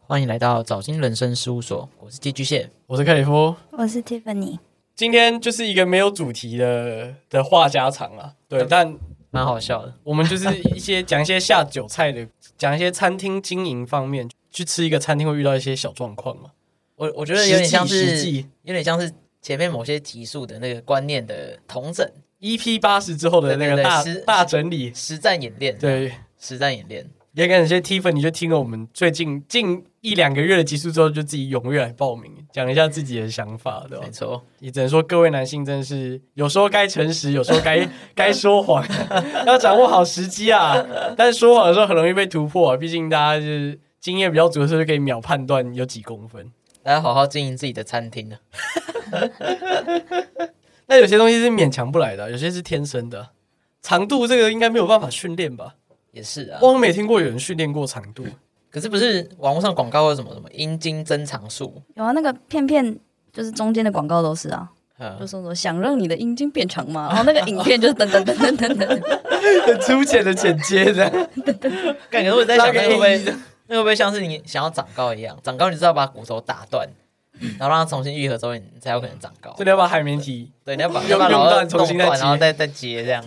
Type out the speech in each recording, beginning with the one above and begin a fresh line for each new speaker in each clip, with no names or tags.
欢迎来到早金人生事务所，我是寄居蟹。
我是克里夫。
我是 Tiffany，
今天就是一个没有主题的的话家常啊，对，但
蛮好笑的。
我们就是 一些讲一些下酒菜的，讲一些餐厅经营方面，去吃一个餐厅会遇到一些小状况嘛。
我我觉得有点像
实
是
际实际，
有点像是前面某些集数的那个观念的同整、
EP E 八十之后的那
对对
个
对
大
是
大整理，
实战演练。，
对，
实战演练。
也感谢 Tiffany 就听了我们最近近一两个月的集数之后，就自己踊跃来报名，讲一下自己的想法，对吧
没？错，
也只能说各位男性真的是有时候该诚实，有时候该该说谎，要掌握好时机啊。但是说谎的时候很容易被突破啊，毕竟大家就是经验比较足的时候就可以秒判断有几公分。
大家好好经营自己的餐厅啊。
那有些东西是勉强不来的啊，有些是天生的啊。长度这个应该没有办法训练吧？
也是啊
我，好像没听过有人训练过长度。
可是不是网络上广告有什么什么阴茎增长术？
有啊，那个片片就是中间的广告都是啊，就
嗯，
说什么想让你的阴茎变长嘛，然后那个影片就是等等等等等 等，
很粗浅的剪接的，
感觉我在想
拉个
那会不会
硬的
那会不会像是你想要长高一样？长高你知道把骨头打断，然后让它重新愈合之后，你才有可能长高
真。的要把海绵体，
对，你要把
用
要把老
用
二
断重
弄
新再
断，然后
接
再再接这样。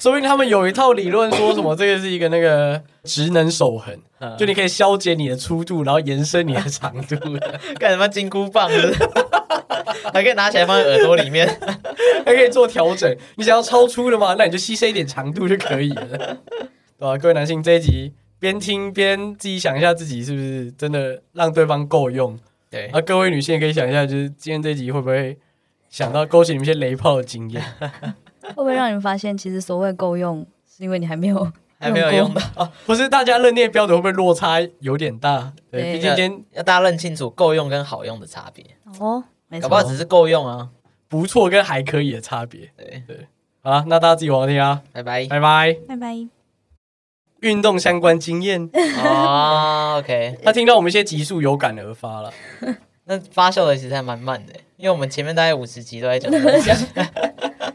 说不定他们有一套理论，说什么这个是一个那个职能守恒，
嗯
就你可以消减你的粗度，然后延伸你的长度。
干什么金箍棒是不是 还可以拿起来放在耳朵里面。
还可以做调整。你想要超出的嘛，那你就牺牲一点长度就可以了，对吧、各位男性，这一集边听边自己想一下自己是不是真的让对方够用，
对
啊，各位女性也可以想一下，就是今天这一集会不会想到勾起你们一些雷炮的经验？
会不会让人发现其实所谓够用，是因为你还没有
还没有用到，
不是大家认定的标准会不会落差有点大？对，
对
毕竟今天
要大家认清楚够用跟好用的差别，
哦，没
搞不好
错，
只是够用啊。
不错跟还可以的差别。
对，
好啦，那大家自己往听啊，
拜拜。
拜拜。
拜拜。
运动相关经 验，
哦 OK，
他听到我们一些集数有感而发了。
那发酵的其实还蛮慢的，因为我们前面大概五十 集都在讲梦想。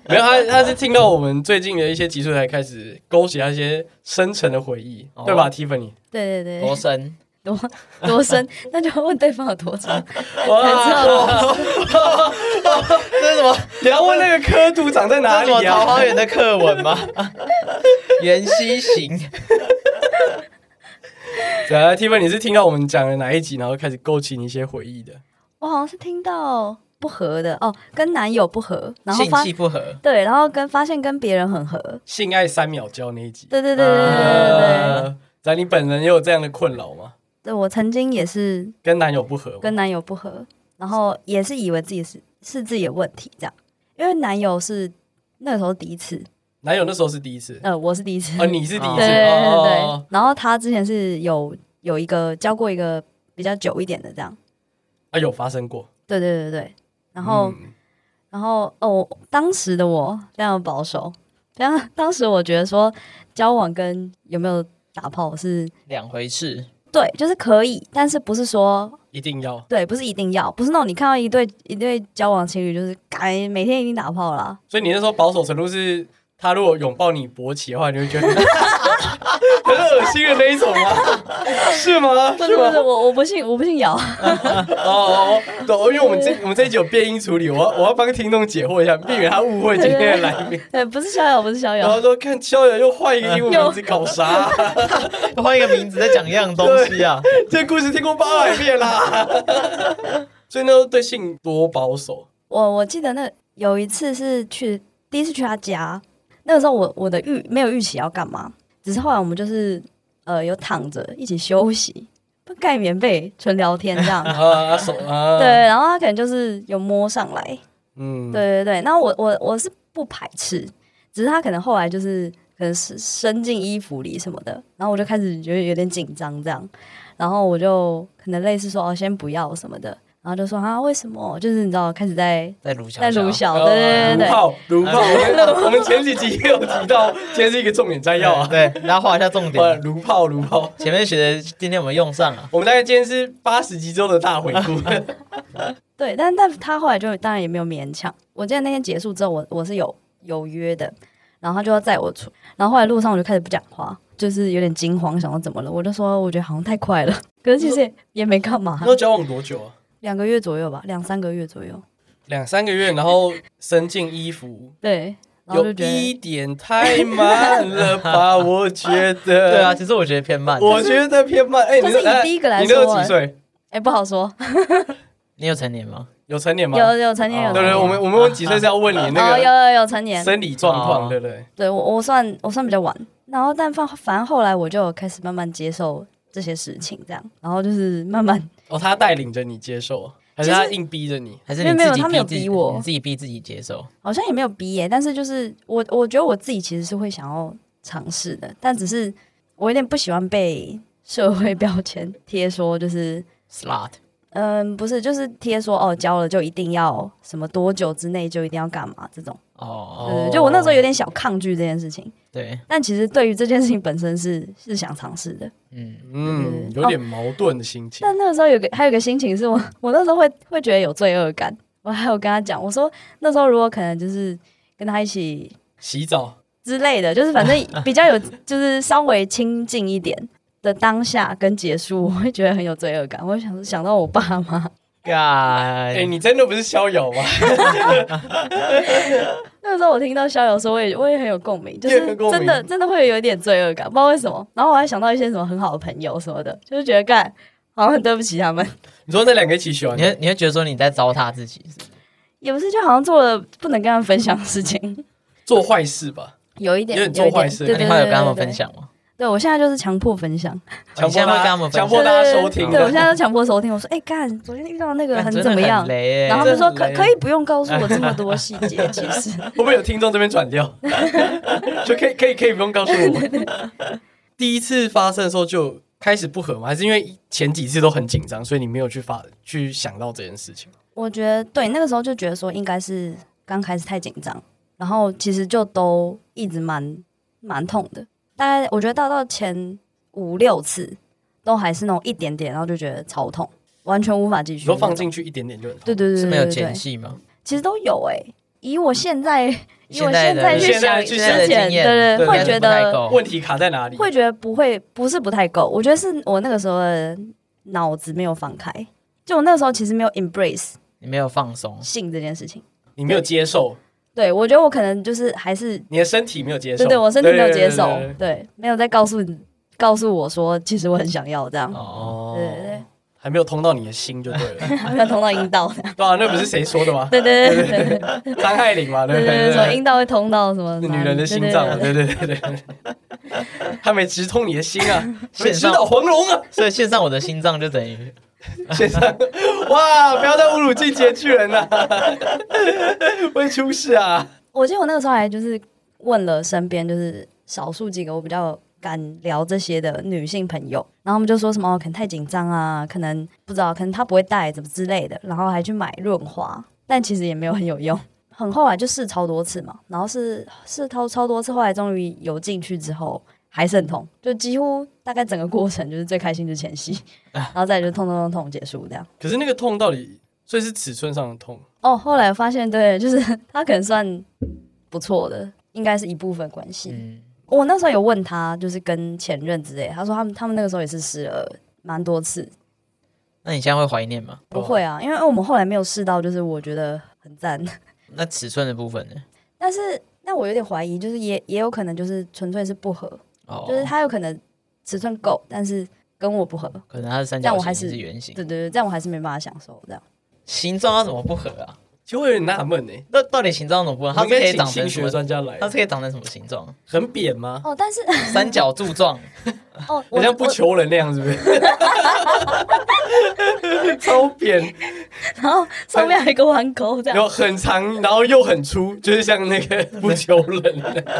没有，他他是听到我们最近的一些集数才开始勾起他一些深层的回忆，
哦
对吧，Tiffany？
对对
罗
对，
森，
多多深，那就要问对方有 多长，知道
哇，
这是什么？
你要问那个刻度长在哪
这是什么
里
桃
啊
花？源的课文吗？ 袁熙行，
对啊，Tiffany 你是听到我们讲的哪一集，然后开始勾起你一些回忆的？
我好像是听到不合的哦，跟男友不合，然后
性
发
气不合，
对，然后跟发现跟别人很合，
性爱三秒教那一集。
对对对对对对
啊
对对，
呃，在你本人也有这样的困扰吗？
对我曾经也是
跟男友不和吗？
跟男友不合，然后也是以为自己是是自己的问题这样，因为男友是那个时候第一次，
男友那时候是第一次，
呃，我是第一次，
啊，你是第
哦
一次，
对对对对对
哦，
然后他之前是有有一个交过一个比较久一点的这样，
啊，有发生过。
对对对对，然后、
嗯
然后哦，当时的我非常保守，非常当时我觉得说交往跟有没有打炮是
两回事。
对，就是可以，但是不是说
一定要
对，不是一定要，不是那种你看到一对一对交往情侣，就是该每天一定打炮啦。
所以你那时候保守程度是，他如果拥抱你勃起的话，你会觉得很恶心的那一种吗？是吗？
不
是
是不是，
吗？
我我不信，我不信有。
哦哦，哦懂，因为我们这我们这一集有变音处理，我要我要帮听众解惑一下，避免他误会今天的来宾。
对，不是逍遥，不是逍
然后
遥。
说看逍遥又换一个英文名字搞啥？
换一个名字再讲一样东西啊！
这故事听过八百遍啦。所以那时候对性多保守，。
我我记得那有一次是去第一次去他家，那个时候我我的预没有预期要干嘛，只是后来我们就是呃有躺着一起休息，不盖棉被纯聊天这 样
啊手啊，
对，，然后他可能就是有摸上来，
嗯，
对对对，那我我我是不排斥，只是他可能后来就是可能是伸进衣服里什么的，然后我就开始觉得有点紧张这样，然后我就可能类似说哦先不要什么的，然后就说啊为什么？就是你知道开始在
在鲁小，
在鲁小，
哦
对对对对
鲁炮，鲁炮，我们我们前几集也有提到，今天是一个重点摘要啊。
对，然后画一下 重
呃，
点。
炉炮炉炮，
前面学的，今天我们用上了。
我们大概今天是八十集之后的大回 顾。
对，但但他后来就当然也没有勉强。我记得那天结束之后，我我是有有约的，然后他就要载我出，然后后来路上我就开始不讲话，就是有点惊慌，想说怎么了？我就说我觉得好像太快了，可是其实也也没干嘛
那，时候交往多久啊？
两个月左右吧，两三个月左右。
两三个月，然后伸进衣服，
对，然
有
后就觉
一
得
点太慢了吧？我觉 得，
对啊，，其实我觉得偏慢。
我觉得偏慢。哎，
可
你
是以
哎
第一个来
你那时候
说啊
几岁？
哎不好说，
你有成年吗？
有成年吗？
有有成年
哦
有
对
成
对，
年，
我们我们问几岁是要问你
哦
那
有
个
有有成年，
生理状况，
哦
对不对？
对我我算我算比较晚，然后但反反正后来我就有开始慢慢接受这些事情，这样，然后就是慢慢
哦，他带领着你接受，还是
其实
他硬逼着你？
还是
没
你自
有没有
己
他没
逼
有
自己，
逼我
你自己逼自己接受？
好像也没有逼耶、但是就是我我觉得我自己其实是会想要尝试的，但只是我有点不喜欢被社会标签贴说就是。
slut，
嗯，不是，就是贴说哦，交了就一定要什么多久之内就一定要干嘛这种，
哦，
对对，对呃就我那时候有点小抗拒这件事情，
对，
但其实对于这件事情本身是是想尝试的，
嗯，
嗯，
对
有点矛盾的心情。
但那个时候有个还有个心情是我，我那时候会会觉得有罪恶感。我还有跟他讲，我说那时候如果可能就是跟他一起
洗澡，
之类的，就是反正比较有就是稍微亲近一点的当下跟结束，我会觉得很有罪恶感。我想想到我爸妈，
哎，
干，
你真的不是逍遥吗？
那个时候我听到逍遥说，我也我也很有共鸣，就
你也
是
很共鸣
真的真的会有一点罪恶感，不知道为什么。然后我还想到一些什么很好的朋友什么的，就是觉得干好像很对不起他们。
你说那两个一起喜欢
你，会你会觉得说你在糟蹋自己，是不是
也不是，就好像做了不能跟他们分享的事情，做
做坏事吧，
有一点，
有点做
一点
坏事
对
那
对
你
对
后来有
对
跟他们
对
分享吗？
对我现在就是强迫分享，
强
你现
迫
在会跟
大家
他们分
强
享
迫大家收
嗯
听
对我
的
现。在都强迫收听。我说，哎、干，昨天遇到那个
干真的
怎么样？
雷欸
然后他们说
真的
可
很雷
可以不用告诉我这么多细节，其实
会不会有听众这边转掉？ 就可以可以可以不用告诉我。第一次发生的时候就开始不和吗？还是因为前几次都很紧张，所以你没有去发去想到这件事情？
我觉得对那个时候就觉得说应该是刚开始太紧张，然后其实就都一直蛮蛮痛的。大概我觉得到到前五六次都还是那种一点点，然后就觉得超痛，完全无法继
你
续。
说放进去一点点就很痛。
对，对对对对
是没有
对
前戏吗？
其实都有哎、以我 现在，以我
在
现在
的
去
现在
想
去
之
想
的
前，
经验，
对
对
对，
应该
会
是
觉
不太
得
够
问题卡在哪里？
会觉得不会不是不太够，我觉得是我那个时候的脑子没有放开，就我那个时候其实没有 embrace
你没有放松，
性这件事情。
你没有接受，
对我觉得我可能就是还是
你的身体没有接受，
对对，我身体没有接受，
对对对对
对，没有再告诉你告诉我说其实我很想要这样，
哦，
哦，
对对
还没有通到你的心就对了。
对，没有通到阴道，
对啊，那不是谁说的吗？
对对对对对
张爱玲嘛，对
对
不
对，什么
对
阴道会通到什么
那女人的心脏嘛，
对对对
对对对对对，她没直通你的心啊，没
线
直
上
捣黄龙啊！
所以线上我的心脏就等于
线上，哇，不要再侮辱进阶巨人了， 会出事啊！
我记得我那个时候还就是问了身边就是少数几个我比较敢聊这些的女性朋友，然后他们就说什么、哦、可能太紧张啊，可能不知道，可能她不会带怎么之类的，然后还去买润滑，但其实也没有很有用。很后来就试超多次嘛，然后试试超超多次，后来终于游进去之后还是很痛，就几乎大概整个过程就是最开心就是前戏，然后再来就痛痛痛痛结束这样。
可是那个痛到底，所以是尺寸上的痛，
哦，后来发现，对，就是 他可能算不错的，应该是一部分关系。
嗯，
我那时候有问他，就是跟前任之类，他说他们他们那个时候也是试了蛮多次。
那你现在会怀念吗？
不会
哦
啊，因为我们后来没有试到，就是我觉得很赞。
那尺寸的部分呢？
但是，那我有点怀疑，就是也也有可能就是纯粹是不合，
哦，
就是他有可能尺寸够，但是跟我不合。
可能它是三
但
角
我还
形，
是
是圆形
对，对对，这样我还是没办法享受这样。
形状要怎么不合啊？
其实我有点纳闷哎，
那到底形状怎么不合？它
我
是可
们应该
以
请
长成
心
什
学
么？
专家来
它，是可以长成什么形状？
很扁吗？
哦，但是
三角柱状，
哦，我
好像不
我
求人那样，是不是？超扁，
然后上面还有一个弯钩这样
然。后很长，然后又很粗，就是像那个不求人的。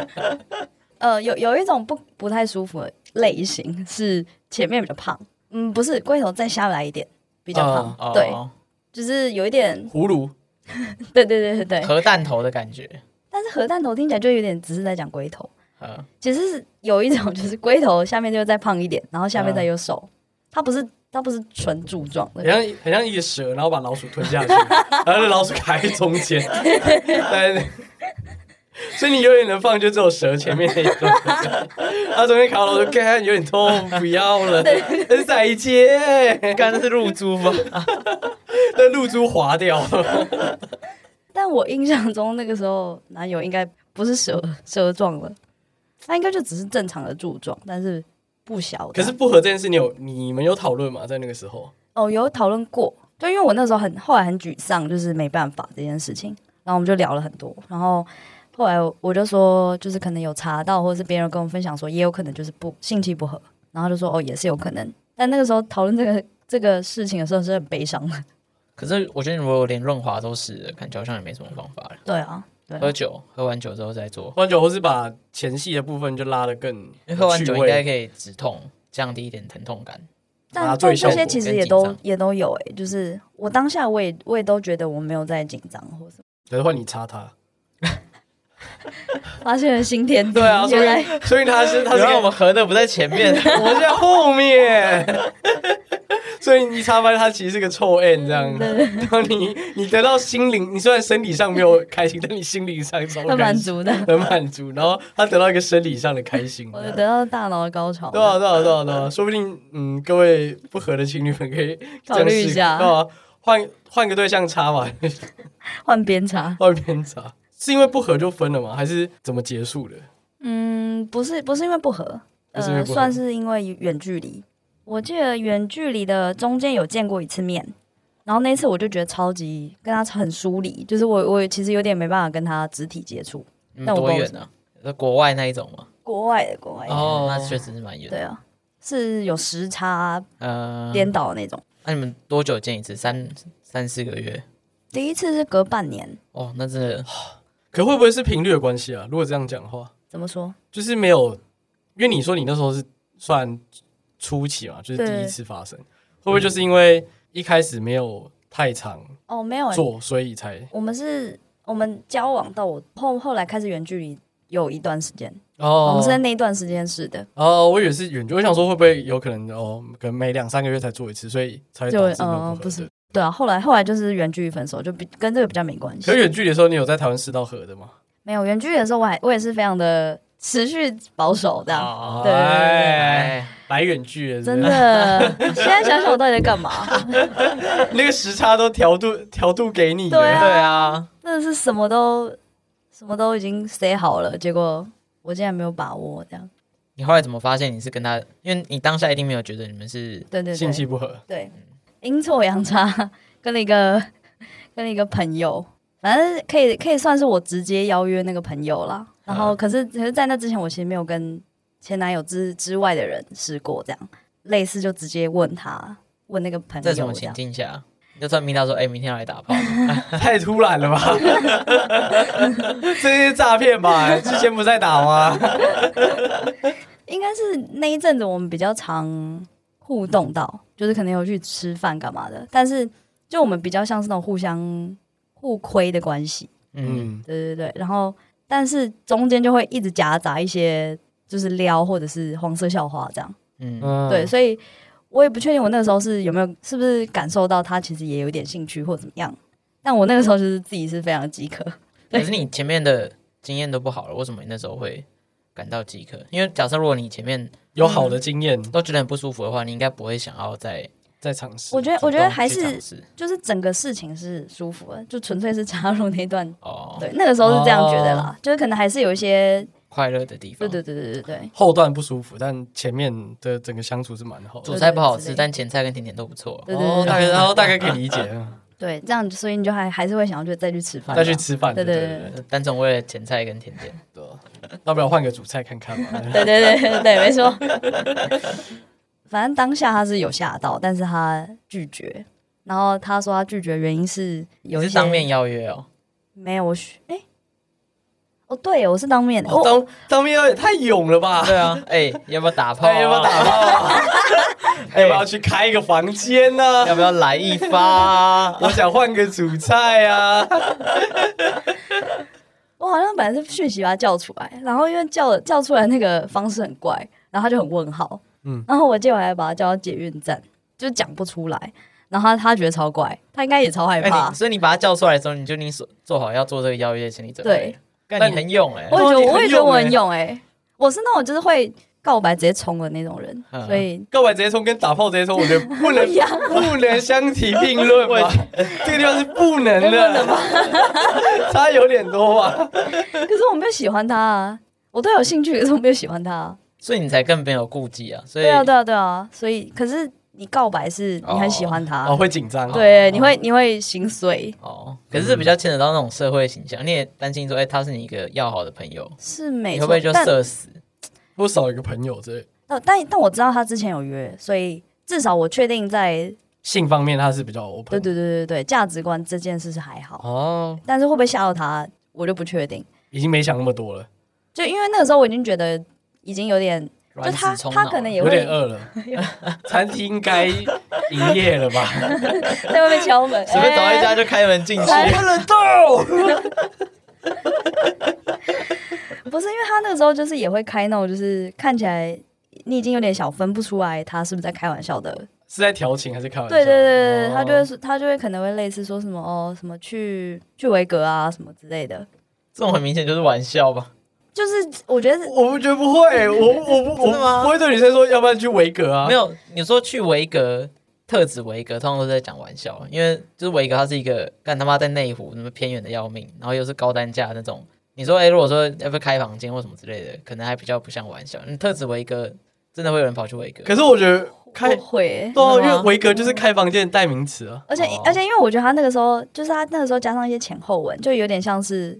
呃，有有一种不不太舒服的类型是前面比较胖，嗯，不是龟头再下来一点比较胖，
哦，
对，就是有一点，
葫芦，
对对对对对。
核弹头的感觉，
但是核弹头听起来就有点只是在讲龟头，
呃，
其实是有一种 就是龟头下面就再胖一点，然后下面再有手，它不是它不是纯柱状
很
的，
像很像一个蛇，然后把老鼠吞下去，然后那老鼠卡在中间。对，所以你永远能放就只有舌前面那一段，他中间卡到我说：“看，有点痛，不要了。”再见，
干的是露珠吧？
那露珠滑掉。
但我印象中那个时候男友应该不是蛇蛇状了，他应该就只是正常的柱状，但是不小的。
可是不合这件事，你有你们有讨论吗？在那个时候，
哦，有讨论过，就因为我那时候很后来很沮丧，就是没办法这件事情，然后我们就聊了很多，然后后来我我就说，就是可能有查到，或者是别人跟我分享说，也有可能就是不性气不合，然后就说哦也是有可能，但那个时候讨论这个这个事情的时候是很悲伤的，
可是我觉得如果连润滑都试了，感觉好像也没什么方法了。
对啊，对
喝酒，喝完酒之后再做，
喝完酒后是把前戏的部分就拉得更
因为喝完
有趣
酒应
味
该可以止痛，降低一点疼痛感。
麻
但
醉
但
效
这
果
些其实
跟
也
紧
都
张
也都有诶、就是我当下我也我也都觉得我没有在紧张或什么，
可是换你插他，
发现了新天地，
对啊，所
原来
以所以他是他
他
是
让
我
我们合的不在前面，
我在后面，所以你插发现他其实是个臭 N 这样，然后你你得到心灵，你虽然身体上没有开心，但你心灵上超
很
开
满
心，
足的，
很满足，然后他得到一个生理上的开心
我。得到大脑的高潮，
对啊，对啊，对啊，对啊，说不定嗯，各位不合的情侣们可以
考虑一下
这样试对啊，换换个对象插嘛，
换边插。
换边插，是因为不合就分了吗？还是怎么结束的？
嗯，不是，不是因为不合，
不是因为
呃，
不合
算是因为远距离。我记得远距离的中间有见过一次面，然后那一次我就觉得超级跟他很疏离，就是我我其实有点没办法跟他肢体接触。
嗯
但我
多
不知
远
道
呢？在国外那一种吗？
国外的国外的，
哦，那确实是蛮远
对
的。
啊，是有时差
嗯
呃，
颠倒的那种。
那你们多久见一次？三三四个月？
第一次是隔半年，
哦，那真的
可会不会是频率的关系啊？如果这样讲的话，
怎么说？
就是没有，因为你说你那时候是算初期嘛，就是第一
对
次发生，会不会就是因为一开始没有太常
哦，没有欸，
做，所以才
我们是我们交往到我后后来开始远距离有一段时间，我
哦
们是在那一段时间是的，
哦，我以为是远距，我想说会不会有可能哦，可能每两三个月才做一次，所以才会
就
导致没有
呃
合
不是
对，
对啊，后来后来就是远距离分手，就比跟这个比较没关系
可。远距离的时候，你有在台湾试到合的吗？
没有远距离的时候，我还我也是非常的持续保守的啊，
哦
对对对
哎，
哎，
来远距了是
真
不是，
的。现在想想我到底在干嘛？
那个时差都调度调度给你了，
对啊
对啊，
真的是什么都什么都已经 say 好了，结果我竟然没有把握，这样
你后来怎么发现你是跟他？因为你当下一定没有觉得你们是
对对
信息
对
不合，
对，嗯阴错阳差跟了一个跟了一个朋友，反正可以可以算是我直接邀约那个朋友啦。然后
嗯
可是可是在那之前，我其实没有跟前男友之之外的人试过这样，类似就直接问他问那个朋
在
友
什
这
么情。
样
境下？你就算明他说，哎、明天要来打炮，
太突然了吧？ 这是诈骗吧？之前不在打吗？
应该是那一阵子我们比较常互动到，就是可能有去吃饭干嘛的，但是就我们比较像是那种互相互亏的关系，
嗯，
嗯，
对对对。然后，但是中间就会一直夹杂一些就是撩或者是黄色笑话这样，
嗯
对，所以我也不确定我那个时候是有没有是不是感受到他其实也有点兴趣或怎么样，但我那个时候就是自己是非常饥渴，
可是你前面的经验都不好了，为什么你那时候会感到饥渴？因为假设如果你前面
有好的经验
都觉得很不舒服的话，你应该不会想要再
再尝试。
我觉得我觉得还
去尝
是
试
就是整个事情是舒服的，就纯粹是插入那段
哦
对，那个时候是这样觉得啦，就是可能还是有一些，
快乐的地
对
方。
对对对对对，
后段不舒服，但前面的整个相处是蛮好
主
的。哦
菜不好
对
吃，
对对
但前菜跟甜点都不错。
对对对对
大概然后大概可以 理解，嗯
对，这样所以你就还还是会想要就再去吃饭吧，
再去吃饭。
对
对
对
对
呃单纯为了前菜跟甜点，
对，要不要换个主菜看看嘛？
对对对对对，没错。反正当下他是有吓到，但是他拒绝。然后他说他拒绝的原因是有
你是
一些
当面邀约 哦。
没有我选哎、哦对，我是当面的，
哦
我
当当面也太勇了吧？
对啊，哎，要不要
哦
打 炮啊？
哎要不要打炮啊？
哎
要不要去开一个房间呢？
要不要来一发啊？
我想换个主菜啊！
我好像本来是讯息把他叫出来，然后因为叫了叫出来那个方式很怪，然后他就很问号，
嗯
嗯，然后我记得我还把他叫到捷运站，就讲不出来，然后他他觉得超怪，他应该也超害
哎
怕，
你所以你把他叫出来的时候，你就你所做好要做这个邀约的心理准备。
对，
但
但
你很勇哎、
我
哇
也觉
你
得，
很
我也觉得
勇
我
欸
很勇哎、我是那种就是会告白直接冲的那种人，
嗯
所以
告白直接冲跟打炮直接冲，我觉得不能
不 一样。
不能相提并 论
我也
吧？这个地方是不能的， 差有点多吧？
可是我没有喜欢他啊，我对他有兴趣，可是我没有喜欢他、啊。
所以你才更没有顾忌啊。所以
对啊，对啊，对啊。所以，可是你告白是你很喜欢他，
哦，会紧张。
啊对，你会你会心碎，
哦，可是这比较牵扯到那种社会形象，你也担心说，哎、他是你一个要好的朋友，
是没
你会
错。
不会就
但
社死？
多少一个朋友之类，
呃但但我知道他之前有约，所以至少我确定在
性方面他是比较 open 的。
对对对对对价值观这件事是还好，
哦，
但是会不会吓到他，我就不确定。
已经没想那么多了，
就因为那个时候我已经觉得已经有点，就
卵
他
子冲脑啊
他可能也
有点
会
饿 了，餐厅应该营业了 吧？
在外面敲门，
随便找一
哎
家就开门进去，
哎
了豆，
不是因为他那个时候就是也会开那种，就是看起来你已经有点小分不出来他是不是在开玩笑的。
是在调情还是开玩笑？
对对对对，
哦
他就会说他就会可能会类似说什么哦什么去去维格啊什么之类的，
这种很明显就是玩笑吧？
就是我觉得是
我不觉得不 会，我我不
真的吗
我不会对女生说，要不然去维格啊？
没有，你说去维格特指维格，通常都是在讲玩笑，因为就是维格它是一个干他妈在内湖那么偏远的要命，然后又是高单价那种。你说，哎、如果说要不要开房间或什么之类的，可能还比较不像玩笑。你特指维格，真的会有人跑去维格？
可是我觉得开
我会欸、
对啊，
真
因
的吗
为维格就是开房间的代名词啊。
而且、
哦
而且因为我觉得他那个时候就是他那个时候加上一些前后文，就有点像是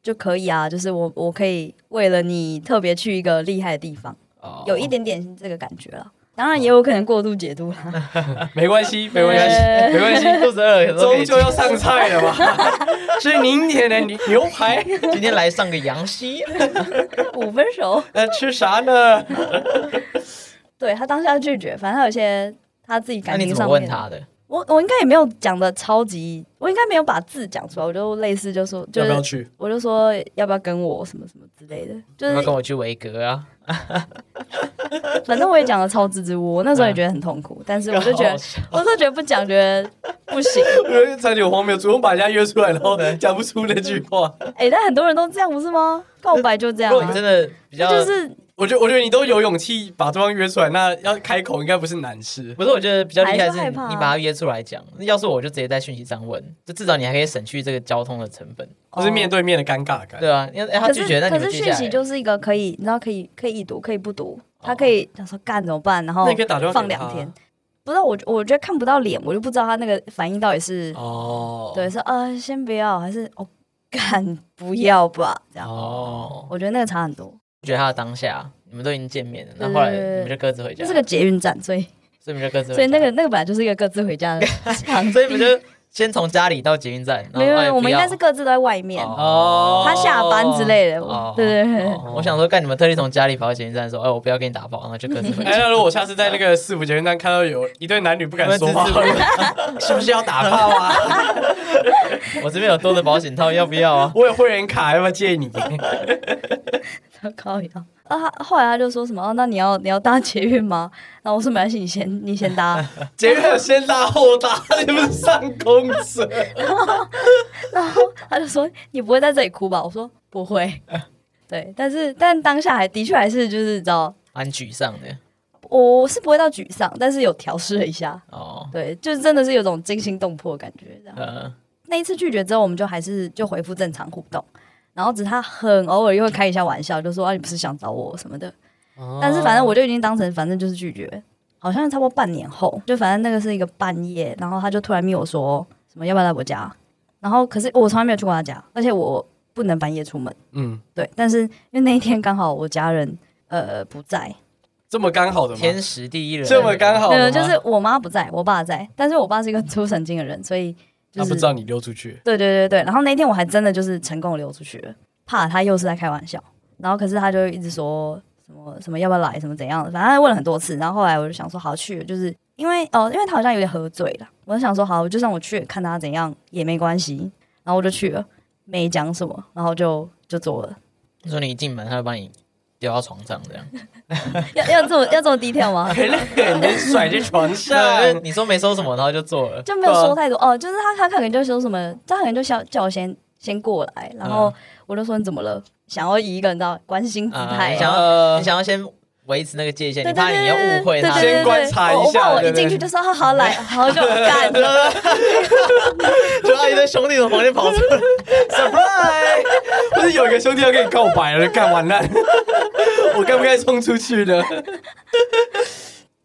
就可以啊，就是我我可以为了你特别去一个厉害的地方，
哦
有一点点这个感觉了。当然也有可能过度解读啦，
啊没关系，没关系，
呃
没关系，
肚子饿，有时候可
终
以
究要上菜了吧？是您点的牛牛排，
今天来上个羊膝，
五分熟。
呃，吃啥呢？
对他当下拒绝，反正他有些他自己
那
感
你
情
怎
上
么
面
问，他的？
我我应该也没有讲的超级，我应该没有把字讲出来，我就类似就说就
要
是
不要去？
我就说要不要跟我什么什么之类的，就
要不要
是
跟我去维格啊？
反正我也讲的超支支吾吾，我那时候也觉得很痛苦，但是我就觉得
好笑
我都觉得不讲觉得不 行，
我觉 得差点荒谬，主动把人家约出来，然后讲不出那句话。
哎、但很多人都这样不是吗？告白就这样、
如果你
啊
真，的比较，
就是哦
我觉得，我觉得你都有勇气把对方约出来，那要开口应该不是难事。
不是，我觉得比较厉害的
还是害
是你
怕啊
你把他约出来讲，要是我就直接在讯息上问，就至少你还可以省去这个交通的成本，
就是面
对。
哦对面的尴尬感，
对啊，因为哎他
可
拒绝，
是
那
可
你们
是
接
讯
下
息
来哦
就是一个可以，你知道可以可以已读可以不读，他可以想说干怎么办，然后
那你可以打电话
放
给他
两天。不知道我我觉得看不到脸，我就不知道他那个反应到底是、
哦，
对是呃先不要还是哦干不要吧这样。
哦，
我觉得那个差很多，
拒绝他的当下，你们都已经见面了，那后来
对对对
你们就各自回家，
这是个捷运站，所以
所以你们就各自回家，
所以那个那个本来就是一个各自回家的场地。
所以你们就先从家里到捷运站，然后
没有没
哎
有，我们
不
应
要
该是各自都在外面，
哦
他下班之类的，
哦
对对 对。
哦我想说，干你们特地从家里跑到捷运站，说，哎，我不要跟你打包，然后就各自回
哎，
家。
那如果我下次在那个市府捷运站看到有一对男女不敢说话， 是不是要打炮啊？
我这边有多的保险套，要不要啊？
我有会员卡，要不要借 你？
靠腰啊！他后来他就说什么哦，那你要你要搭捷运吗？然后我说没关系，你先你先搭。
捷运有先搭后搭，你们上公车。
然后他就说你不会在这里哭吧？我说不会。对，但是但当下还的确还是就是你知道，
蛮沮丧的
我是不会到沮丧，但是有调试了一下。
哦，
对，就是真的是有种惊心动魄的感觉。这样
呃，
那一次拒绝之后，我们就还是就恢复正常互动，然后只是他很偶尔又会开一下玩笑，就说啊你不是想找我什么的。
哦
但是反正我就已经当成反正就是拒绝，好像差不多半年后，就反正那个是一个半夜，然后他就突然密我说什么要不要来我家，然后可是我从来没有去过他家，而且我不能半夜出门，
嗯，
对，但是因为那一天刚好我家人呃不在，
这么刚好的吗？
天时地利人，
这么刚好的吗
呃就是我妈不在，我爸在，但是我爸是一个 出神经的人，所以就
他啊不
是
知道你溜出 去，
对对对对，然后那天我还真的就是成功溜出去了，怕他又是在开玩笑，然后可是他就一直说什么什么要不要来什么怎样的，反正他问了很多次，然后后来我就想说好去了，就是因为哦、因为他好像有点喝醉了，我就想说好，就算我去看他怎样也没关系，然后我就去了，没讲什么，然后就就走了，
你说你一进门，他就把你丢到床上这样。
要要这么要这么低调吗？
很很能甩在床
对，就
上。
你说没收什么，然后就做了。
就没有说太多哦，就是他他可能就说什么，他可能就叫叫我先先过来，然后我就说你怎么了？想要以一个人的关心姿
嗯啊
态
你，想要
呃
你想要先维持那个界限，
对
你
对
怕
对
你要误会
对
他
对对
先观察
对
一
我我怕
下
我
对
一
不对
进去就说好好来，好就干了。
就他一堆兄弟从旁边跑出来，
surprise，不是有一个兄弟要跟你告白了，干完 了，我该不该冲出去呢？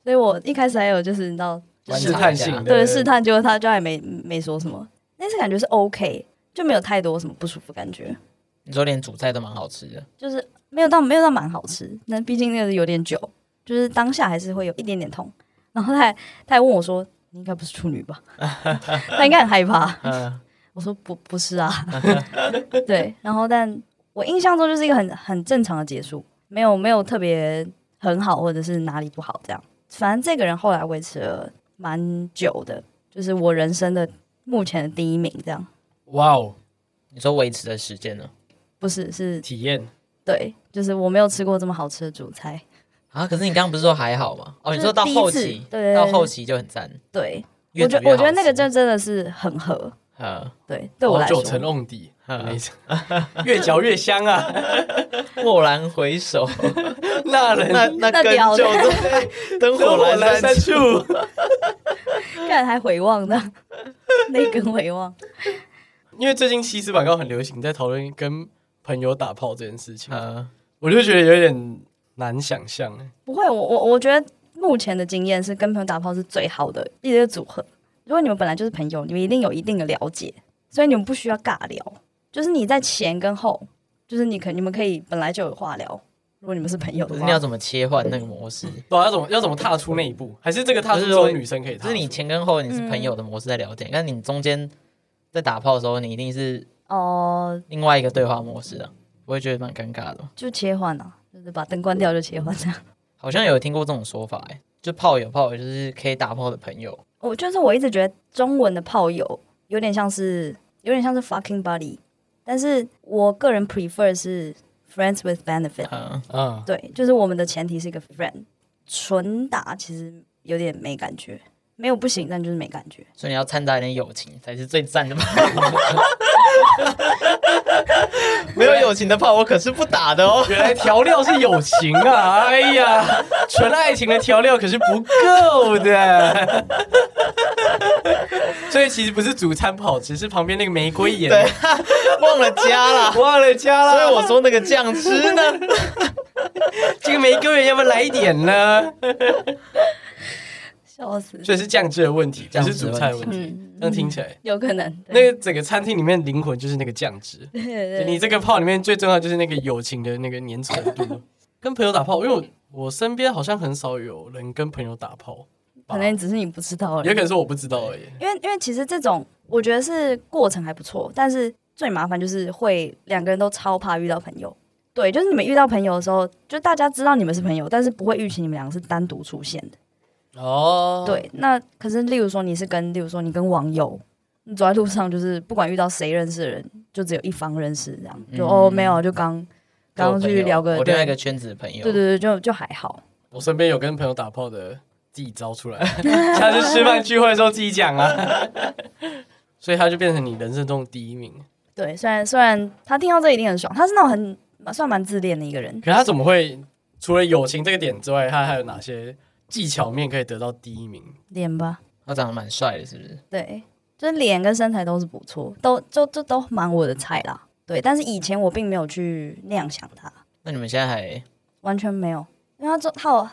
所以我一开始还有就是你知道，
观察
试探性的，
对试探，结果他就还没没说什么，那次感觉是 OK，就没有太多什么不舒服感觉，
你说连主菜都蛮好吃的，
就是没有到没有到蛮好吃，那毕竟那个有点久，就是当下还是会有一点点痛。然后他还他还问我说：“你应该不是处女吧？” 他应该很害怕。
嗯，
我说不不是 啊，对，然后但我印象中就是一个很很正常的结束，没有没有特别很好或者是哪里不好这样。反正这个人后来维持了蛮久的，就是我人生的目前的第一名这样，
哇哦，
你说维持的时间呢？
不是是
体验
对，就是我没有吃过这么好吃的主菜，
啊，可是你刚刚不是说还好吗？哦，
就是
你说到后
第一
期
次，对
到后期就很赞。
对
越
我觉
煮越
我觉得
好
那个
吃
真真的是很合，
呃，
对，对我来说
九，层瓮底，
嗯
没错，越嚼越香 啊，
蓦然回 首，那
那人
那
那
根
屌
就
的
在灯
火
火
阑
阑
珊
珊
处
处。
看还回望呢， 那根回望，
因为最近西斯广告很流行，在讨论跟朋友打炮这件事情，
呃，
我就觉得有点难想象欸。
不会，我我我觉得目前的经验是跟朋友打炮是最好的一个组合。如果你们本来就是朋友，你们一定有一定的了解，所以你们不需要尬聊。就是你在前跟后，就是你可你们可以本来就有话聊。如果你们是朋友
可
的
是
话，
你要怎么切换那个模式？
对啊，要怎么要怎么踏出那一步？还是这个踏出
不
只
是说
有女生可以踏
就是
出？
你前跟后你是
嗯
朋友的模式在聊天，但你中间在打炮的时候，你一定是
哦、
另外一个对话模式啊，我会觉得蛮尴尬的。
就切换啊，就是把灯关掉就切换啊这样。
好像有听过这种说法、哎，就炮友炮友就是可以打炮的朋友，
我就是我一直觉得中文的炮友有点像是有点像是 fucking buddy，但是我个人 prefer 是 friends with benefit。
嗯，
啊，
对，就是我们的前提是一个 friend，纯打其实有点没感觉，没有不行，但就是没感觉。
所以你要掺杂一点友情才是最赞的吧。 没有友情的炮，我可是不打的哦。
原来调料是友情啊！ 哎呀，纯爱情的调料可是不够的。 所以其实不是主餐不好吃，是旁边那个玫瑰盐
对，忘了加啦。
忘了加
所
了。
以我说那个酱汁呢，
这个玫瑰盐要不要来一点呢？
笑死，
所以是酱汁的问题，不
酱汁
是主菜的问题。
嗯，
这样听起来，
有可能。
那
对
个整个餐厅里面灵魂就是那个酱汁。
对对
就你这个泡里面最重要就是那个友情的那个粘稠 度。跟朋友打炮，因为我我身边好像很少有人跟朋友打炮，吧
可能只是你不知道而已
也可。能是我不知道而已。
因为因为其实这种我觉得是过程还不错，但是最麻烦就是会两个人都超怕遇到朋友。对，就是你们遇到朋友的时候，就大家知道你们是朋友，但是不会预期你们两个是单独出现的。
哦，
对，那可是例如说你是跟，例如说你跟网友，你走在路上就是不管遇到谁认识的人，就只有一方认识这样，
嗯
就、哦没有，就刚刚去聊个
我另
对
外一个圈子的朋友，
对对对，就就还好。
我身边有跟朋友打炮的，自己招出来，下次吃饭聚会的时候自己讲啊。 所以他就变成你人生中的第一名。
对，虽然虽然他听到这一定很爽，他是那种很算蛮自恋的一个人，
可是他怎么会除了友情这个点之外，他还有哪些技巧面可以得到第一名？
脸吧，
他长得蛮帅的，是不是？
对，就是脸跟身材都是不错，都就就都蛮我的菜啦。对，但是以前我并没有去那样想他，
那你们现在还
完全没有，因为他做他有，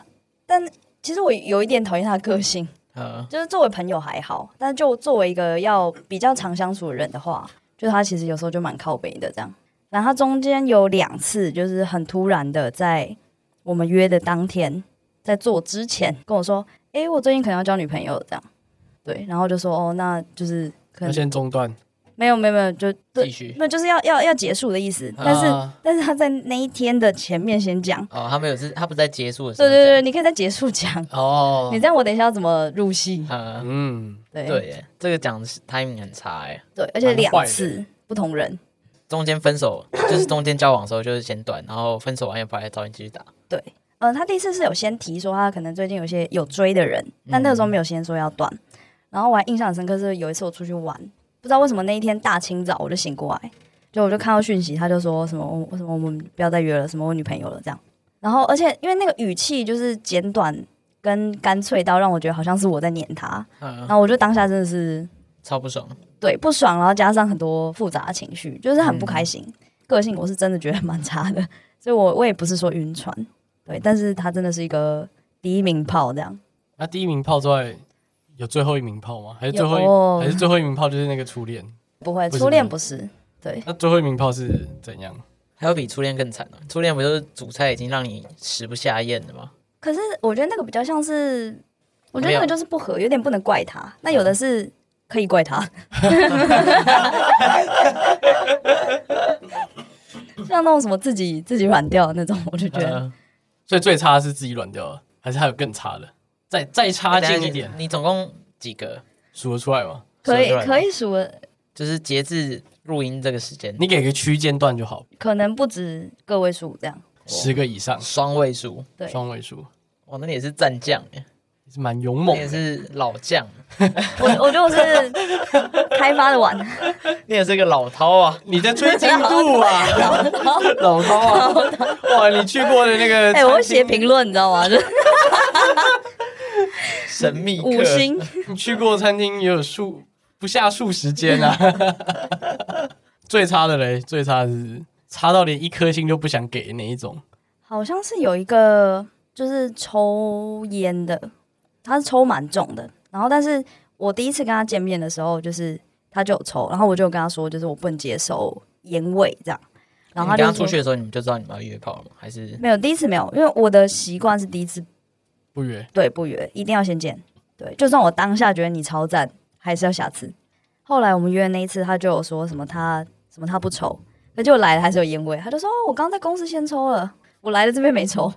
但其实我有一点讨厌他的个性。
呃，
就是作为朋友还好，但是就作为一个要比较常相处的人的话，就他其实有时候就蛮靠北的这样。然后他中间有两次就是很突然的，在我们约的当天，在做之前跟我说：“诶，我最近可能要交女朋友。”这样，对，然后就说：“哦，那就是可
要
能
先中断，
没有没有没有，就
继
对，
续。呃
那就是要要要结束的意思。”但是、
啊
但是他在那一天的前面先讲，
哦，他们有是，他不是在结束的时候
对
讲，
对对，你可以在结束讲，
哦
你，这样我等一下要怎么入戏？
呃，
嗯，
对
对耶，这个讲的是 timing 很差哎，
对，而且
蛮坏的
两次不同人。
中间分手就是中间交往的时候就是先断，然后分手完又跑来找你继续打，
对，呃，他第一次是有先提说他可能最近有些有追的人，但那个
嗯
时候没有先说要断。然后我还印象很深刻是有一次我出去玩，不知道为什么那一天大清早我就醒过来，就我就看到讯息，他就说什么我我什么我们不要再约了，什么我女朋友了这样。然后而且因为那个语气就是简短跟干脆到让我觉得好像是我在撵他，然
嗯，
后我就当下真的是
超不爽。
对不爽，然后加上很多复杂的情绪，就是很
嗯
不开心。个性我是真的觉得蛮差的，所以我我也不是说晕船，对，但是他真的是一个第一名炮这样。
那第一名炮之外，有最后一名炮吗？还是最后
有
一还是最后一名炮就是那个初恋？
不会，
不是
初恋不是，对，
那最后一名炮是怎样？
还有比初恋更惨的、初恋不就是主菜已经让你食不下咽了吗？
可是我觉得那个比较像是，我觉得
没有嗯
那个就是不合，有点不能怪他。那有的是可以怪他， 像那种什么自己自己软掉的那种，我就觉得
嗯
呃所以最差是自己软掉了，还是还有更差的？再再差
哎等
劲
下
一点，
你你总共几个？
数得出来吗？
可以
说出来吧
可以数的，
就是截至录音这个时间，
你给个区间段就好，
可能不止个位数这样。
十个以上，
双位数，
对，
双位数，
哇，那你也是战将耶，
也是蛮勇
你
猛
也
的。
是老将，
我我觉得我是开发的晚，
你也是个老饕啊。
你在追进 度啊，老涛啊，哇，你去过的那个，
哎、我会写，评论，你知道吗？就是
神秘客
五星，
你去过餐厅也有数不下数十间啊。 最差的嘞，最差的是差到连一颗星都不想给那一种。
好像是有一个就是抽烟的，他是抽蛮重的。然后，但是我第一次跟他见面的时候，就是他就有抽，然后我就有跟他说，就是我不能接受烟味这样。然后
你刚
他就
刚出
说
去的时候，你们就知道你们要约炮了吗？还是
没有，第一次没有，因为我的习惯是第一次
不约，
对不约，一定要先见。对，就算我当下觉得你超赞，还是要下次。后来我们约的那一次，他就有说什么他什么他不抽，可就来了还是有烟味，他就说、哦、我刚在公司先抽了，我来了这边没 抽，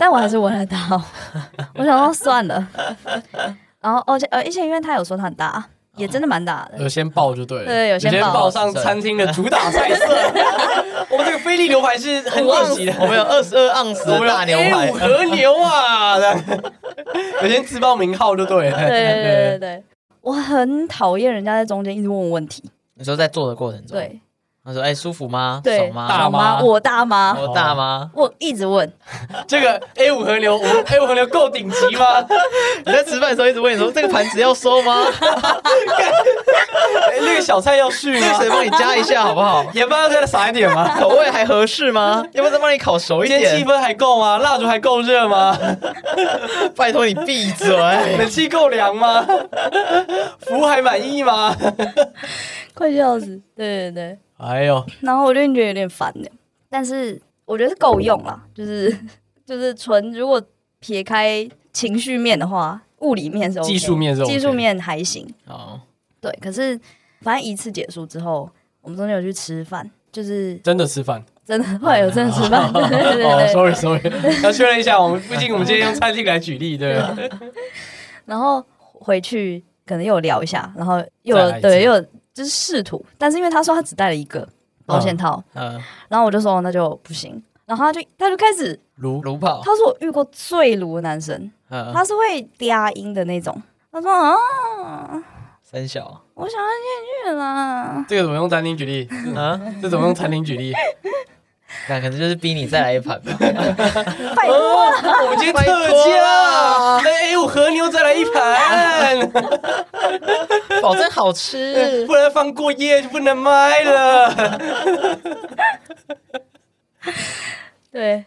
但我还是闻得到。我想说算了，然后而且呃，而且因为他有说他很大，也真的蛮大的，
有先报就对了，
对有先
先
报
报上餐厅的主打菜 色。我们这个菲力牛排是很顶级的，
我们有二十二盎司
我
的哎大
们
牛
有 A
排
五，和牛啊，这样有先自报名号就对了。
对对对对对，我很讨厌人家在中间一直问我问题，
你说在做的过程中，
对
他说：“哎、舒服吗？
对，
爽吗？
大
爽
妈
我大妈，哦
我哦大吗？
我一直问，
这个 A 五和牛，我们 A 五和牛够顶级吗？
你在吃饭的时候一直问你说这个盘子要收吗？
哎那个小菜要续吗？
谁帮你加一下好不好？
盐巴要再撒一点吗？
口味还合适吗？要不要再帮你烤熟一
今天气
点？
氛还够吗？蜡烛还够热吗？
拜托你闭 嘴！
冷气够凉吗？服务还满意吗？
快笑死，对对对。
哎呦，
然后我就觉得有点烦的，但是我觉得是够用啦，就是 就是纯如果撇开情绪面的话，物理面是 OK，
技术面是 OK
技术面还行，
哦，
对。可是反正一次结束之后，我们中间有去吃饭，就是
真的吃饭
真的 后来有真的吃饭，对对对
哦
对
，sorry sorry，要确认一下，我们毕竟我们今天用餐厅来举例，对 吧？
然后回去可能又聊一下，然后又
再来一次
对又有就是试图，但是因为他说他只带了一个保险套，
嗯，
然后我就说哦那就不行，然后他就他就开始
如
炉炮，
他说我遇过最鲁的男生。
嗯，
他是会嗲音的那种。他说啊，
三小，
我想要进 去啦。
这个怎么用餐厅举例？
嗯，
这怎么用餐厅举例？
那可能就是逼你再来一盘 吧。
拜托，
哦
我们今天特价，那 A 五和牛再来一 盘，
保证好吃。
不然放过夜就不能卖了。
对，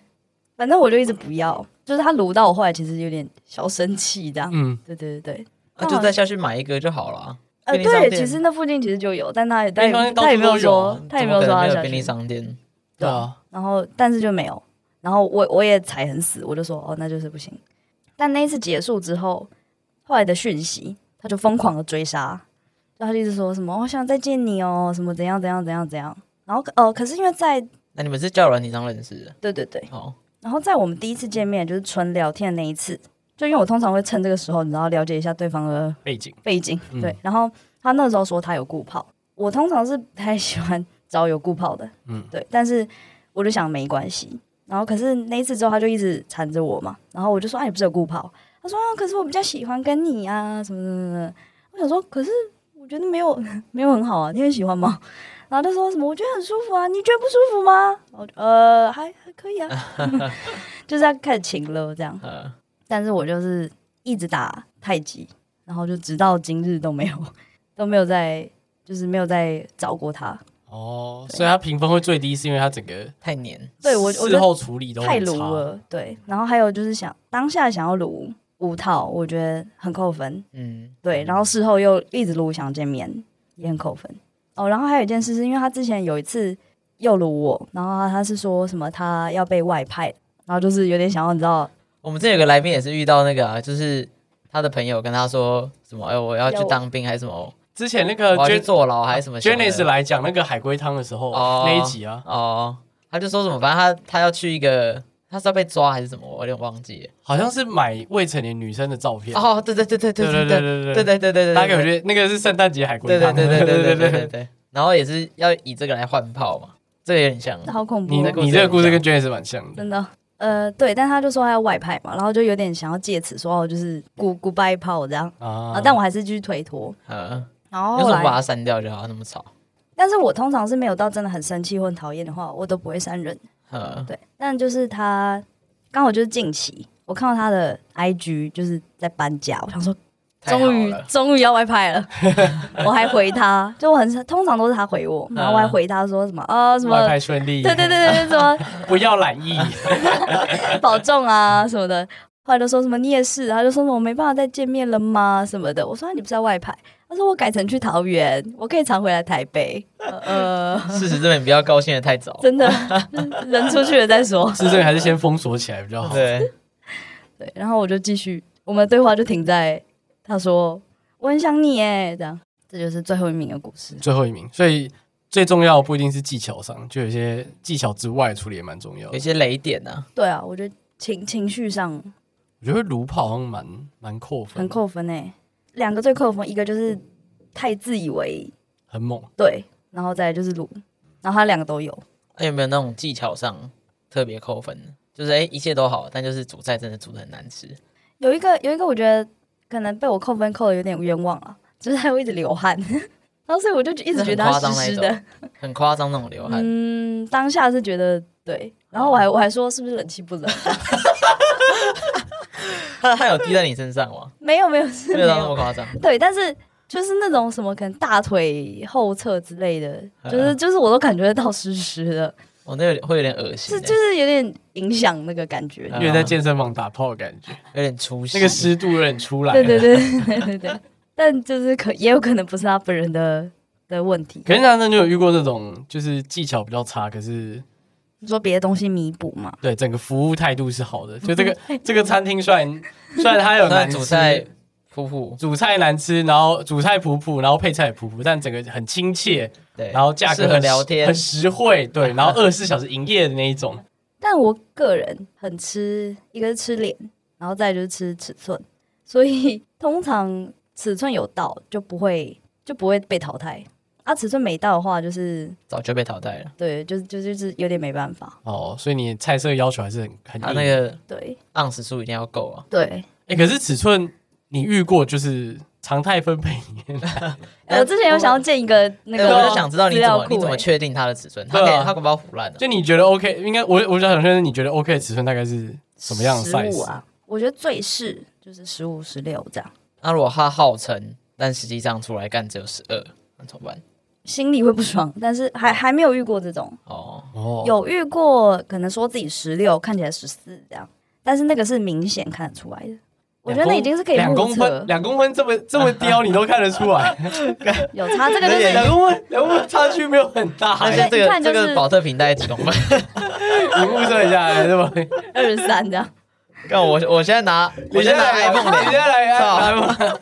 反正我就一直不要，就是他撸到我，后来其实有点小生气这样。
嗯，
对对对对，
那就再下去买一个就好了。
呃，
便利商
对，
店
其实那附近其实就有，但他也他
便利商
也
店到
他也
处
没有
都
说
有，
他也
啊怎
没
么
有
可
说
能
他
没有
想
便利
去。
商店，
对啊，
然后但是就没有，然后我我也踩很死，我就说哦，那就是不行。但那一次结束之后，后来的讯息，他就疯狂的追杀，就他就一直说什么我、想再见你哦，什么怎样怎样怎样怎样。然后可呃，可是因为在
那你们是交友软体上认识的？
对对对，
哦，
然后在我们第一次见面就是纯聊天的那一次，就因为我通常会趁这个时候，你知道了解一下对方的
背景
背景，
嗯
对。然后他那时候说他有固炮，我通常是不太喜欢找有固炮的，
嗯
嗯，对。但是我就想没关系。然后可是那一次之后，他就一直缠着我嘛，然后我就说：“哎、你不是有固炮？”他说、啊可是我比较喜欢跟你 啊，什么什么什么。”我想说：“可是我觉得没有没有很好啊，你很喜欢吗？”然后就说什么我觉得很舒服啊，你觉得不舒服吗？我就呃还还可以啊， 就是要开始请了这样。
嗯
呃，
但是我就是一直打太极，然后就直到今日都没有都没有再就是没有再找过他。
哦，所以他评分会最低，是因为他整个
太黏，
对我我觉
事
得
后处理都很
太鲁
差，
了，对。然后还有就是想当下想要撸五套，我觉得很扣分，
嗯，
对。然后事后又一直撸想见面，也很扣分。哦，然后还有一件事是因为他之前有一次又撸我，然后他他是说什么他要被外派，然后就是有点想要你知道
我们这有个来宾也是遇到那个啊，就是他的朋友跟他说什么，哎、我要去
要
当兵还是什么，
之前那个
我要去
Jen
坐牢还是什么小的
Janice 来讲那个海龟汤的时候
哦
那一集啊，
哦，他就说什么，反正他他要去一个，他是要被抓还是什么，我有点忘记了。
好像是买未成年女生的照片。
哦，对对对对对
对
对
对
对对对对，
大家可觉得那个是圣诞节海龟
对对
汤。
对对对对对对
对。
对，然后也是要以这个来换炮嘛，这个有点像，
好恐怖
你
哦，
你这个故事跟 Janice 蛮像的。
真的。呃，对，但他就说他要外派嘛，然后就有点想要借此说哦，就是 good goodbye 炮这样
啊
啊，但我还是继续推脱。
嗯，
然后
为什
后
么不把
来，
它删掉就好？那么吵，
但是我通常是没有到真的很生气或很讨厌的话，我都不会删人。
嗯，
对，但就是他刚好就是近期，我看到他的 IG 就是在搬家，我想说
太好
终 于
了，
终于要外派了，我还回他，就我很通常都是他回我，
嗯
然后我还回他说什么啊、什么
外，派顺利，
对对对，
啊
对对，什么
不要懒意，
保重啊什么的。后来就说什么你也是，他就说什么我没办法再见面了吗什么的。我说啊你不是要外派，他说我改成去桃园，我可以常回来台北。呃， 呃
事实证明，不要高兴的太早。
真的人出去了再说。
是这个还是先封锁起来比较好。
对，
对，然后我就继续，我们的对话就停在他说我很想你哎，这样，这就是最后一名的故事。
最后一名，所以最重要的不一定是技巧上，就有些技巧之外的处理也蛮重要
有一
的。
些雷点啊，
对啊，我觉得情情绪上
我觉得卢炮好像蛮蛮扣分，
很，扣分哎、两个最扣分，一个就是太自以为
很猛。
对，然后再来就是鲁，然后他两个都有。
那有没有那种技巧上特别扣分的？就是哎、一切都好，但就是煮菜真的煮的很难吃。
有一个有一个，我觉得可能被我扣分扣的有点冤枉了， 就是他会一直流汗， 然后所以我就一直觉得他湿湿
那很夸张那一
的。
很夸张那种流汗，哦
嗯，当下是觉得对，然后我还我还说是不是冷气不冷？
他他有滴在你身上吗？
没有没有嗯 是
没
没
有到那么
有，
夸张，
对，但是就是那种什么可能大腿后侧之类的，
嗯
就是就是我都感觉得到湿湿 的，
我那有点会有点恶心
是
欸，
就是有点影响那个感觉。
嗯
因为在健身房打炮的感 觉，
有点出息。
那个湿度有点出来。
对对。对对对对，但就是可也有可能不是他本人的的问题，
可是男生就有遇过那种，就是技巧比较差，可是
你说别的东西弥补嘛？
对整个服务态度是好 的。就这个这个餐厅虽然虽然它有
那
难
煮
吃
菜噗噗，
煮菜难吃，然后煮菜普普，然后配菜也普普，但整个很亲切，
对，
然后价
适
格
合
很
聊天
很，实惠，对， 然后二十四小时营业的那一种。
但我个人很吃，一个是吃脸，然后再就是吃尺寸，所以通常尺寸有到就不会就不会被淘汰。啊，尺寸没到的话，就是
早就被淘汰了。
对，就就就是有点没办法。
哦，所以你菜色要求还是很很
他
硬。
啊那个
对
盎司数一定要够啊，
对，
哎、可是尺寸你遇过就是常态分配里面，
哎
我之前有想要建一个那
哎
个，
我就想知道你怎么你怎么
去？
确定它的尺寸？他
对
可
啊
以他可不要胡乱的，
就你觉得 OK，应该我我想确认你觉得 OK 的尺寸大概是什么样的
十五
size？、
啊，我觉得最是就是十五、十六这样，
那如果他号称，但实际上出来干只有十二，那怎么办？
心里会不爽，但是还还没有遇过这种。
哦，
哦，
有遇过可能说自己十六，看起来十四这样，但是那个是明显看得出来的。我觉得那已经是可以
两
目
公
测
分，，两公分这么这么刁，你都看得出来？
有差这个就
两
是
公分，两公分差距没有很大、
那
而
像
欸
且。
这
一
个
看
这
就是
个保特瓶大概几公分？
你目测一下，对吧？
二十三这样。
看我我现在拿，我
你
现在
先
拿
来
iPhone
你先
脸，
来
操
iPhone。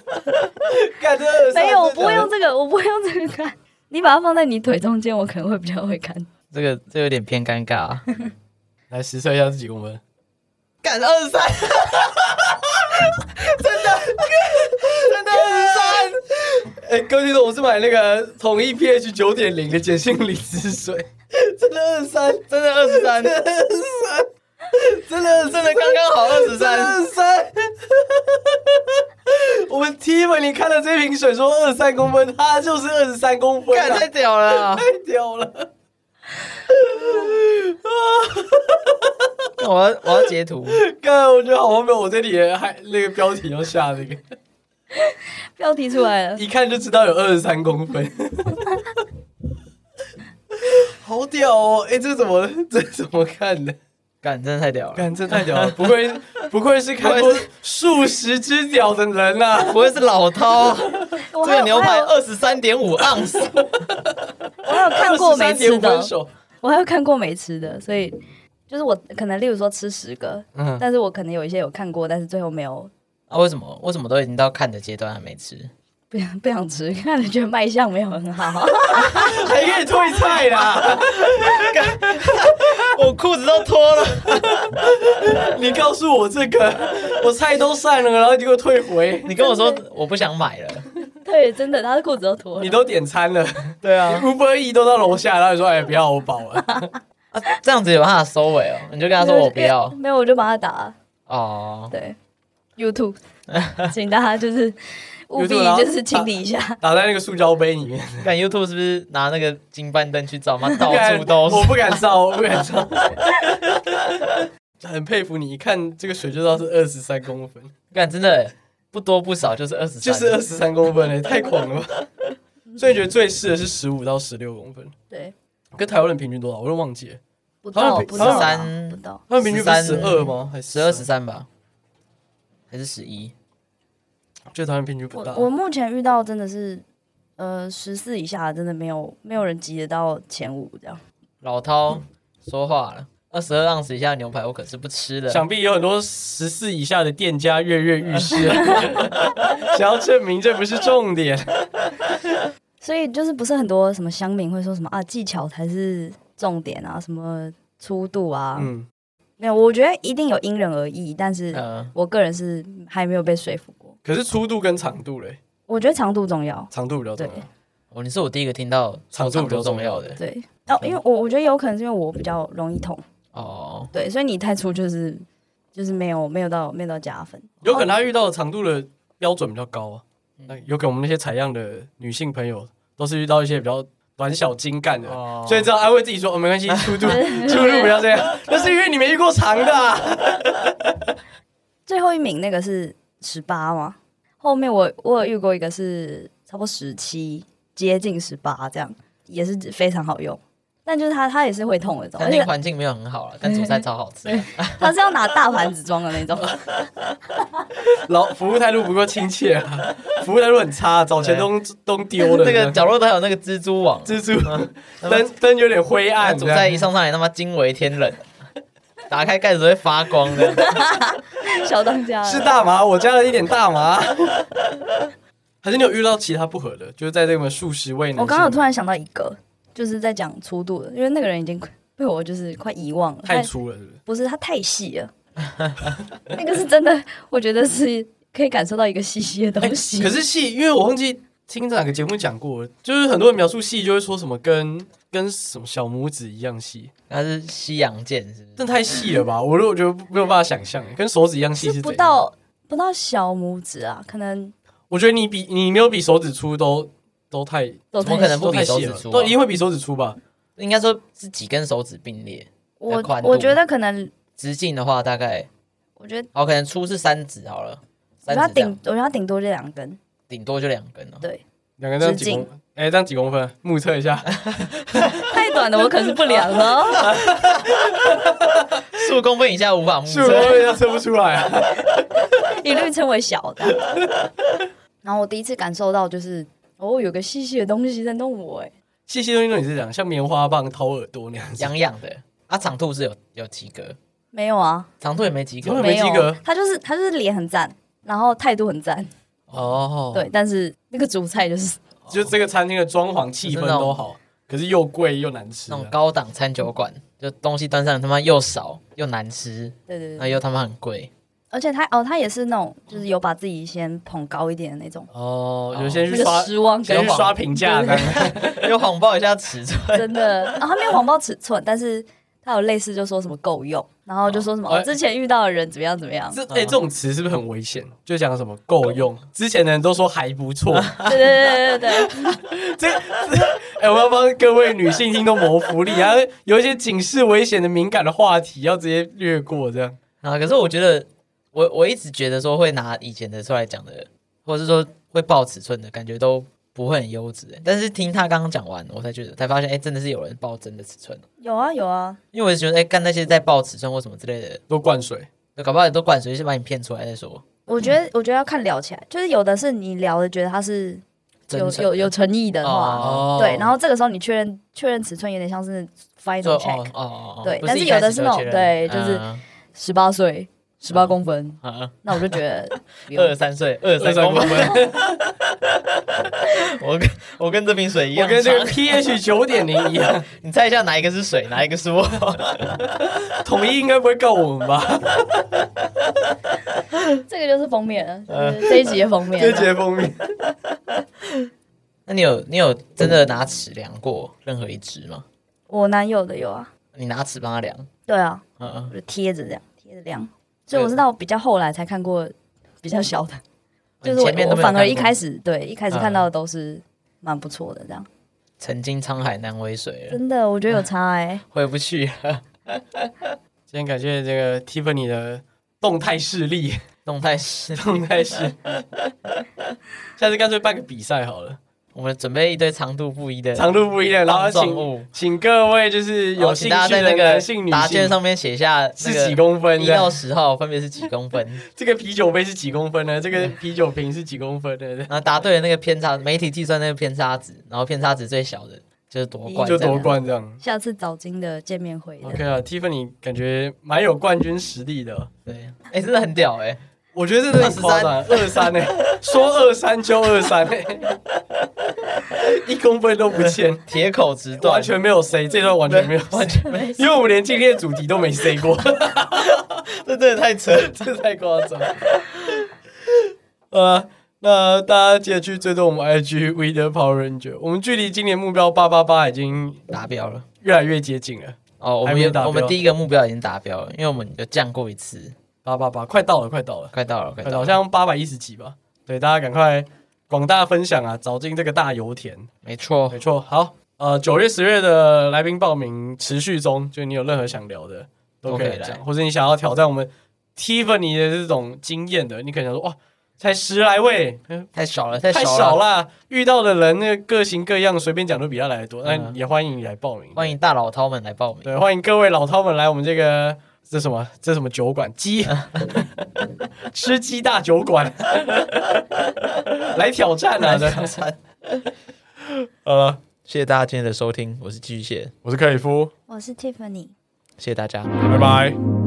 看这
没有，我不会用这个，我不会用这个看。你把它放在你腿中间，我可能会比较会看。
这个这有点偏尴尬啊。
来实测一下是几公分？
干二十三，
真的很三。哎，各位听众，我是买那个统一 pH 九点零的碱性离子水，真的二三，
真的二十三，
真的
真的刚刚好二十三。
三。我们 Steven，你看了这瓶水说二十三公分，它就是二十三公分、
干
啊，
太屌了啊！
太屌了！
我要我要截图，
干，我觉得好荒谬，我这里也还那个标题要下那个，
标题出来了，
一看就知道有二十三公分， 好屌哦！哎、这怎么这怎么看的？
干真的太屌了，
干，这太屌了！不愧不愧是看过数十只屌的人呐、啊！
不会是老饕？啊
我
这
还
个
有
牛排
我还有
二十三点五盎司，
我还有看过没吃
23.5分
的，
手
我还有看过没吃的，所以就是我可能例如说吃十个，
嗯，
但是我可能有一些有看过，但是最后没有
啊，为什么？为什么都已经到看的阶段还没吃？
不想不想吃，看了觉得卖相没有很好，
还可以退菜啦！
我裤子都脱了，
你告诉我这个， 我菜都散了，然后你给我退回，
你跟我说我不想买了。
对，真的，他的裤子都脱了，
你都点餐了，
对
你，Uber E 都到楼下，然后你说哎不要，我饱了。
啊， 这样子有办法收尾哦。你就跟他说我不 要
没有，我就把它打
哦，
对 YouTube，请大家就是务必
YouTube 然后
就是清理一下。
打在那个塑胶杯 里面，
看 YouTube 是不是拿那个金板灯去照嘛，到处
干
都
我
是。
不敢烧， 我不敢烧。很佩服你，一看这个水就知道是二十三公分，
干真的欸不多不少，就是二十，
就是二十三公分哎、太狂了吧！所以你觉得最适的是十五到十六公分，
对，
跟台湾人平均多少？我都忘记了，
不
他们
到
平
不到啦
他们
不到，
他们平均不是十
13
二吗？还是
十二十？三吧，还是十一？
就台湾平均不
我
大。
我目前遇到真的是。呃，十四以下真的没有没有人及得到前五这样。
老饕说话了，二十二盎司以下的牛排我可是不吃的。
想必有很多十四以下的店家跃跃欲 试，想要证明这不是重点。
啊
所以就是不是很多什么乡民会说什么啊技巧才是重点啊，什么粗度啊，
嗯，
没有，我觉得一定有因人而异，但是
嗯，
我个人是还没有被说服过。
可是粗度跟长度嘞，
我觉得长度重要，
长度比较重
对
要。
哦我你是我第一个听到
长度
说
比较
重要
重要
的
对，哦，因为我我觉得有可能是因为我比较容易痛，
哦。
对，所以你太粗就是就是没有没有到没有到加分，
有可能他遇到的长度的标准比较高啊。
嗯
那有可能我们那些采样的女性朋友都是遇到一些比较短小精干的，
哦
所以只好安慰自己说：“哦，没 关系，粗度粗度不要这样。”那是因为你没遇过长的、啊。
最后一名那个是十八嘛，后面我我有遇过一个是差不多十七，接近十八这样，也是非常好用。但就是它，它也是会痛的那种，
餐
而
厅
且
环境没有很好了，但主菜超好吃。
它是要拿大盘子装的那种。
老服务态度不够亲切啊，服务态度很差、早前都都丢了。
那个嗯角落头还有那个蜘蛛 网，
蜘蛛灯灯有点灰暗，
主
这样
菜一上上来他妈惊为天人，打开盖子会发光的。
小当家
是大麻，我加了一点大麻。 还是你有遇到其他不合的？就是在这个数十位男性，
我刚刚有突然想到一个，就是在讲粗度的，因为那个人已经被我就是快遗忘了。
太
他
粗了，是不是？
不是他太细了， 那个是真的，我觉得是可以感受到一个细细的哎东
哎
西。
哎可是戏，因为我忘记听哪个节目讲过，就是很多人描述戏就会说什么跟跟什么小拇指一样细，
它是西洋剑，是不
但
是？
太细了吧？我都我觉得没有办法想象，跟手指一样细
是
怎
不
样。
到不到小拇指啊，可能
我觉得你比你没有比手指粗都都太
都
怎么可能
太细
不
都
比
太
手
细
指
了
粗啊
都一定会比手指粗吧？
应该说是几根手指并列，
我
宽度
我觉得可能，
直径的话大概，
我觉得
哦，可能粗是三指好了，
我
三
觉得他
指这样哦
顶，我觉得他顶多这两根，
顶多就两根了。
对，
两个这样
直
几
径
公，哎、这样几公分？目测一下，
太短的我可是不良了 哦。
数公分以下无法目
是 我
测。
一下测不出来、啊。
一律称为小的。然后我第一次感受到就是，哦，有个细细的东西在弄我，哎，
细细的东西你是讲像棉花棒掏耳朵那样子，
痒痒的。啊，长兔是有有及格，
没有啊，
长兔也没及
长
格
兔。没
没有
及格
他就是他就是脸很赞，然后态度很赞，
哦，
啊
对，，但是那个主菜就是
就这个餐厅的装潢气氛都好，可是又贵又难吃、
那
啊。
种高档餐酒馆，就东西端上来他妈又少又难吃，
对对
那
对，
又他妈很贵。
而且他哦，他也是那种就是有把自己先捧高一点的那种，
哦，
哦
有些人
那
去刷
个，失望
先
跟
去刷评价
对
单，
又谎报一下尺寸，
哦真的，然后他没有谎报尺寸，但是他有类似就说什么够用，然后就说什么、
哦
哦之前遇到的人 怎么样怎么 样，
这哎、这种词是不是很危险？就讲什么够用，之前的人都说还不错，
对对对对对对，
这这哎、我要帮各位女性听众谋福利啊！有一些警示危险的敏感的话题，要直接略过这样。
啊，可是我觉得，我我一直觉得说会拿以前的出来讲的，或者是说会报尺寸的感觉都不会很优质欸。但是听他刚刚讲完，我才觉得才发现，哎、真的是有人报真的尺寸。
有啊有啊，
因为我就觉得，哎、干那些在报尺寸或什么之类的，
多灌水，
搞不好也都灌水，先把你骗出来再说。
我觉
嗯
得我觉得要看聊起来，就是有的是你聊的觉得他是有
真诚
有有诚意的话，
哦
对，然后这个时候你确认确认尺寸有点像是 final
说
check，
哦哦哦哦，
对
不
但是
一
有
开
的
始
是
就
那种
确认
对就是
嗯
十八岁十
嗯
八公分，
啊，
那我就 觉得不用
二十三岁，二十三公分，
分，
我跟我跟这瓶水一
我
样
跟这个
长。
pH 九点零一样，
你猜一下哪一个是水，哪一个是 我？
统一应该不会告我们吧？
这个就是封面了，就是这一集的封面
这
了。
节封面，
那你有你有真的拿尺量过任何一只吗？
我男友的有啊，
你拿尺帮他量，
对啊，
嗯嗯
我，就贴着这样贴着量，所以我是到比较后来才看过比较小的，就是
你前面都
我我
没有
反而
看
一
过
开始对一开始看到的都是蛮不错的，这样
曾经沧海难为水了，
真的我觉得有差哎、
回不去了。
今天感谢这个 Tiffany 的动态视力，
动态是，
动 态视， 下次干脆办个比赛好了，
我们准备一堆长度不一的
长度不一样，然后
撞
请
物，
请各位就是有
哦
兴
请大家
趣
在
的
那
男
个
性女
答卷
性
上面写下那
是几
个
公分
一
的
到十号分别是几公 分，
这个啤酒杯是几公分呢？这个啤酒瓶是几公分 呢？
然后答对的那个偏差，媒体计算那个偏差值，然后偏差值最小的就是夺冠，
就
这样啊
夺冠这样。
下次找金的见面会的
OK 啊，Tiffany 感觉蛮有冠军实力的，
对，哎、真的很屌哎、
我觉得这真的很夸张，二三呢，欸 说二三就二三呢，一公分都不欠，
铁口直断，
完全没有 C，这段完全没有，
完全没，
因为我们连今天的主题都没 C 过，
这真的太扯。
这太夸张。呃，那大家记得去追踪我们 IG We the Power Ranger，我们距离今年目标八八八已经
达标了
越来越接近了。
哦，我
还
们
没
有
达标
我们第一个目标已经达标了，因为我们有降过一次，
八八八，快到了，快到了，
快到了，快到
好
了，
像八百一十几吧。对，大家赶快广大分享啊，找进这个大油田。
没错
没，错，好，呃，九月、十月的来宾报名持续中，就你有任何想聊的都可以
都可以来
讲，或者你想要挑战我们 Tiffany 的这种经验的，你可能想说哇，才十来位，嗯
太少了，太
太
少
少
了。
啦，遇到的人那个各型各样，随便讲都比他来的多。那
嗯
也欢迎你来报名，
欢迎大佬涛们来报名，
对，欢迎各位老饕们来我们这个这什么这什么酒馆鸡 吃鸡大酒馆来挑战啊！对，呃，
谢谢大家今天的收听，我是巨蟹，
我是克里夫，
我是 Tiffany。
谢谢大家。
拜拜。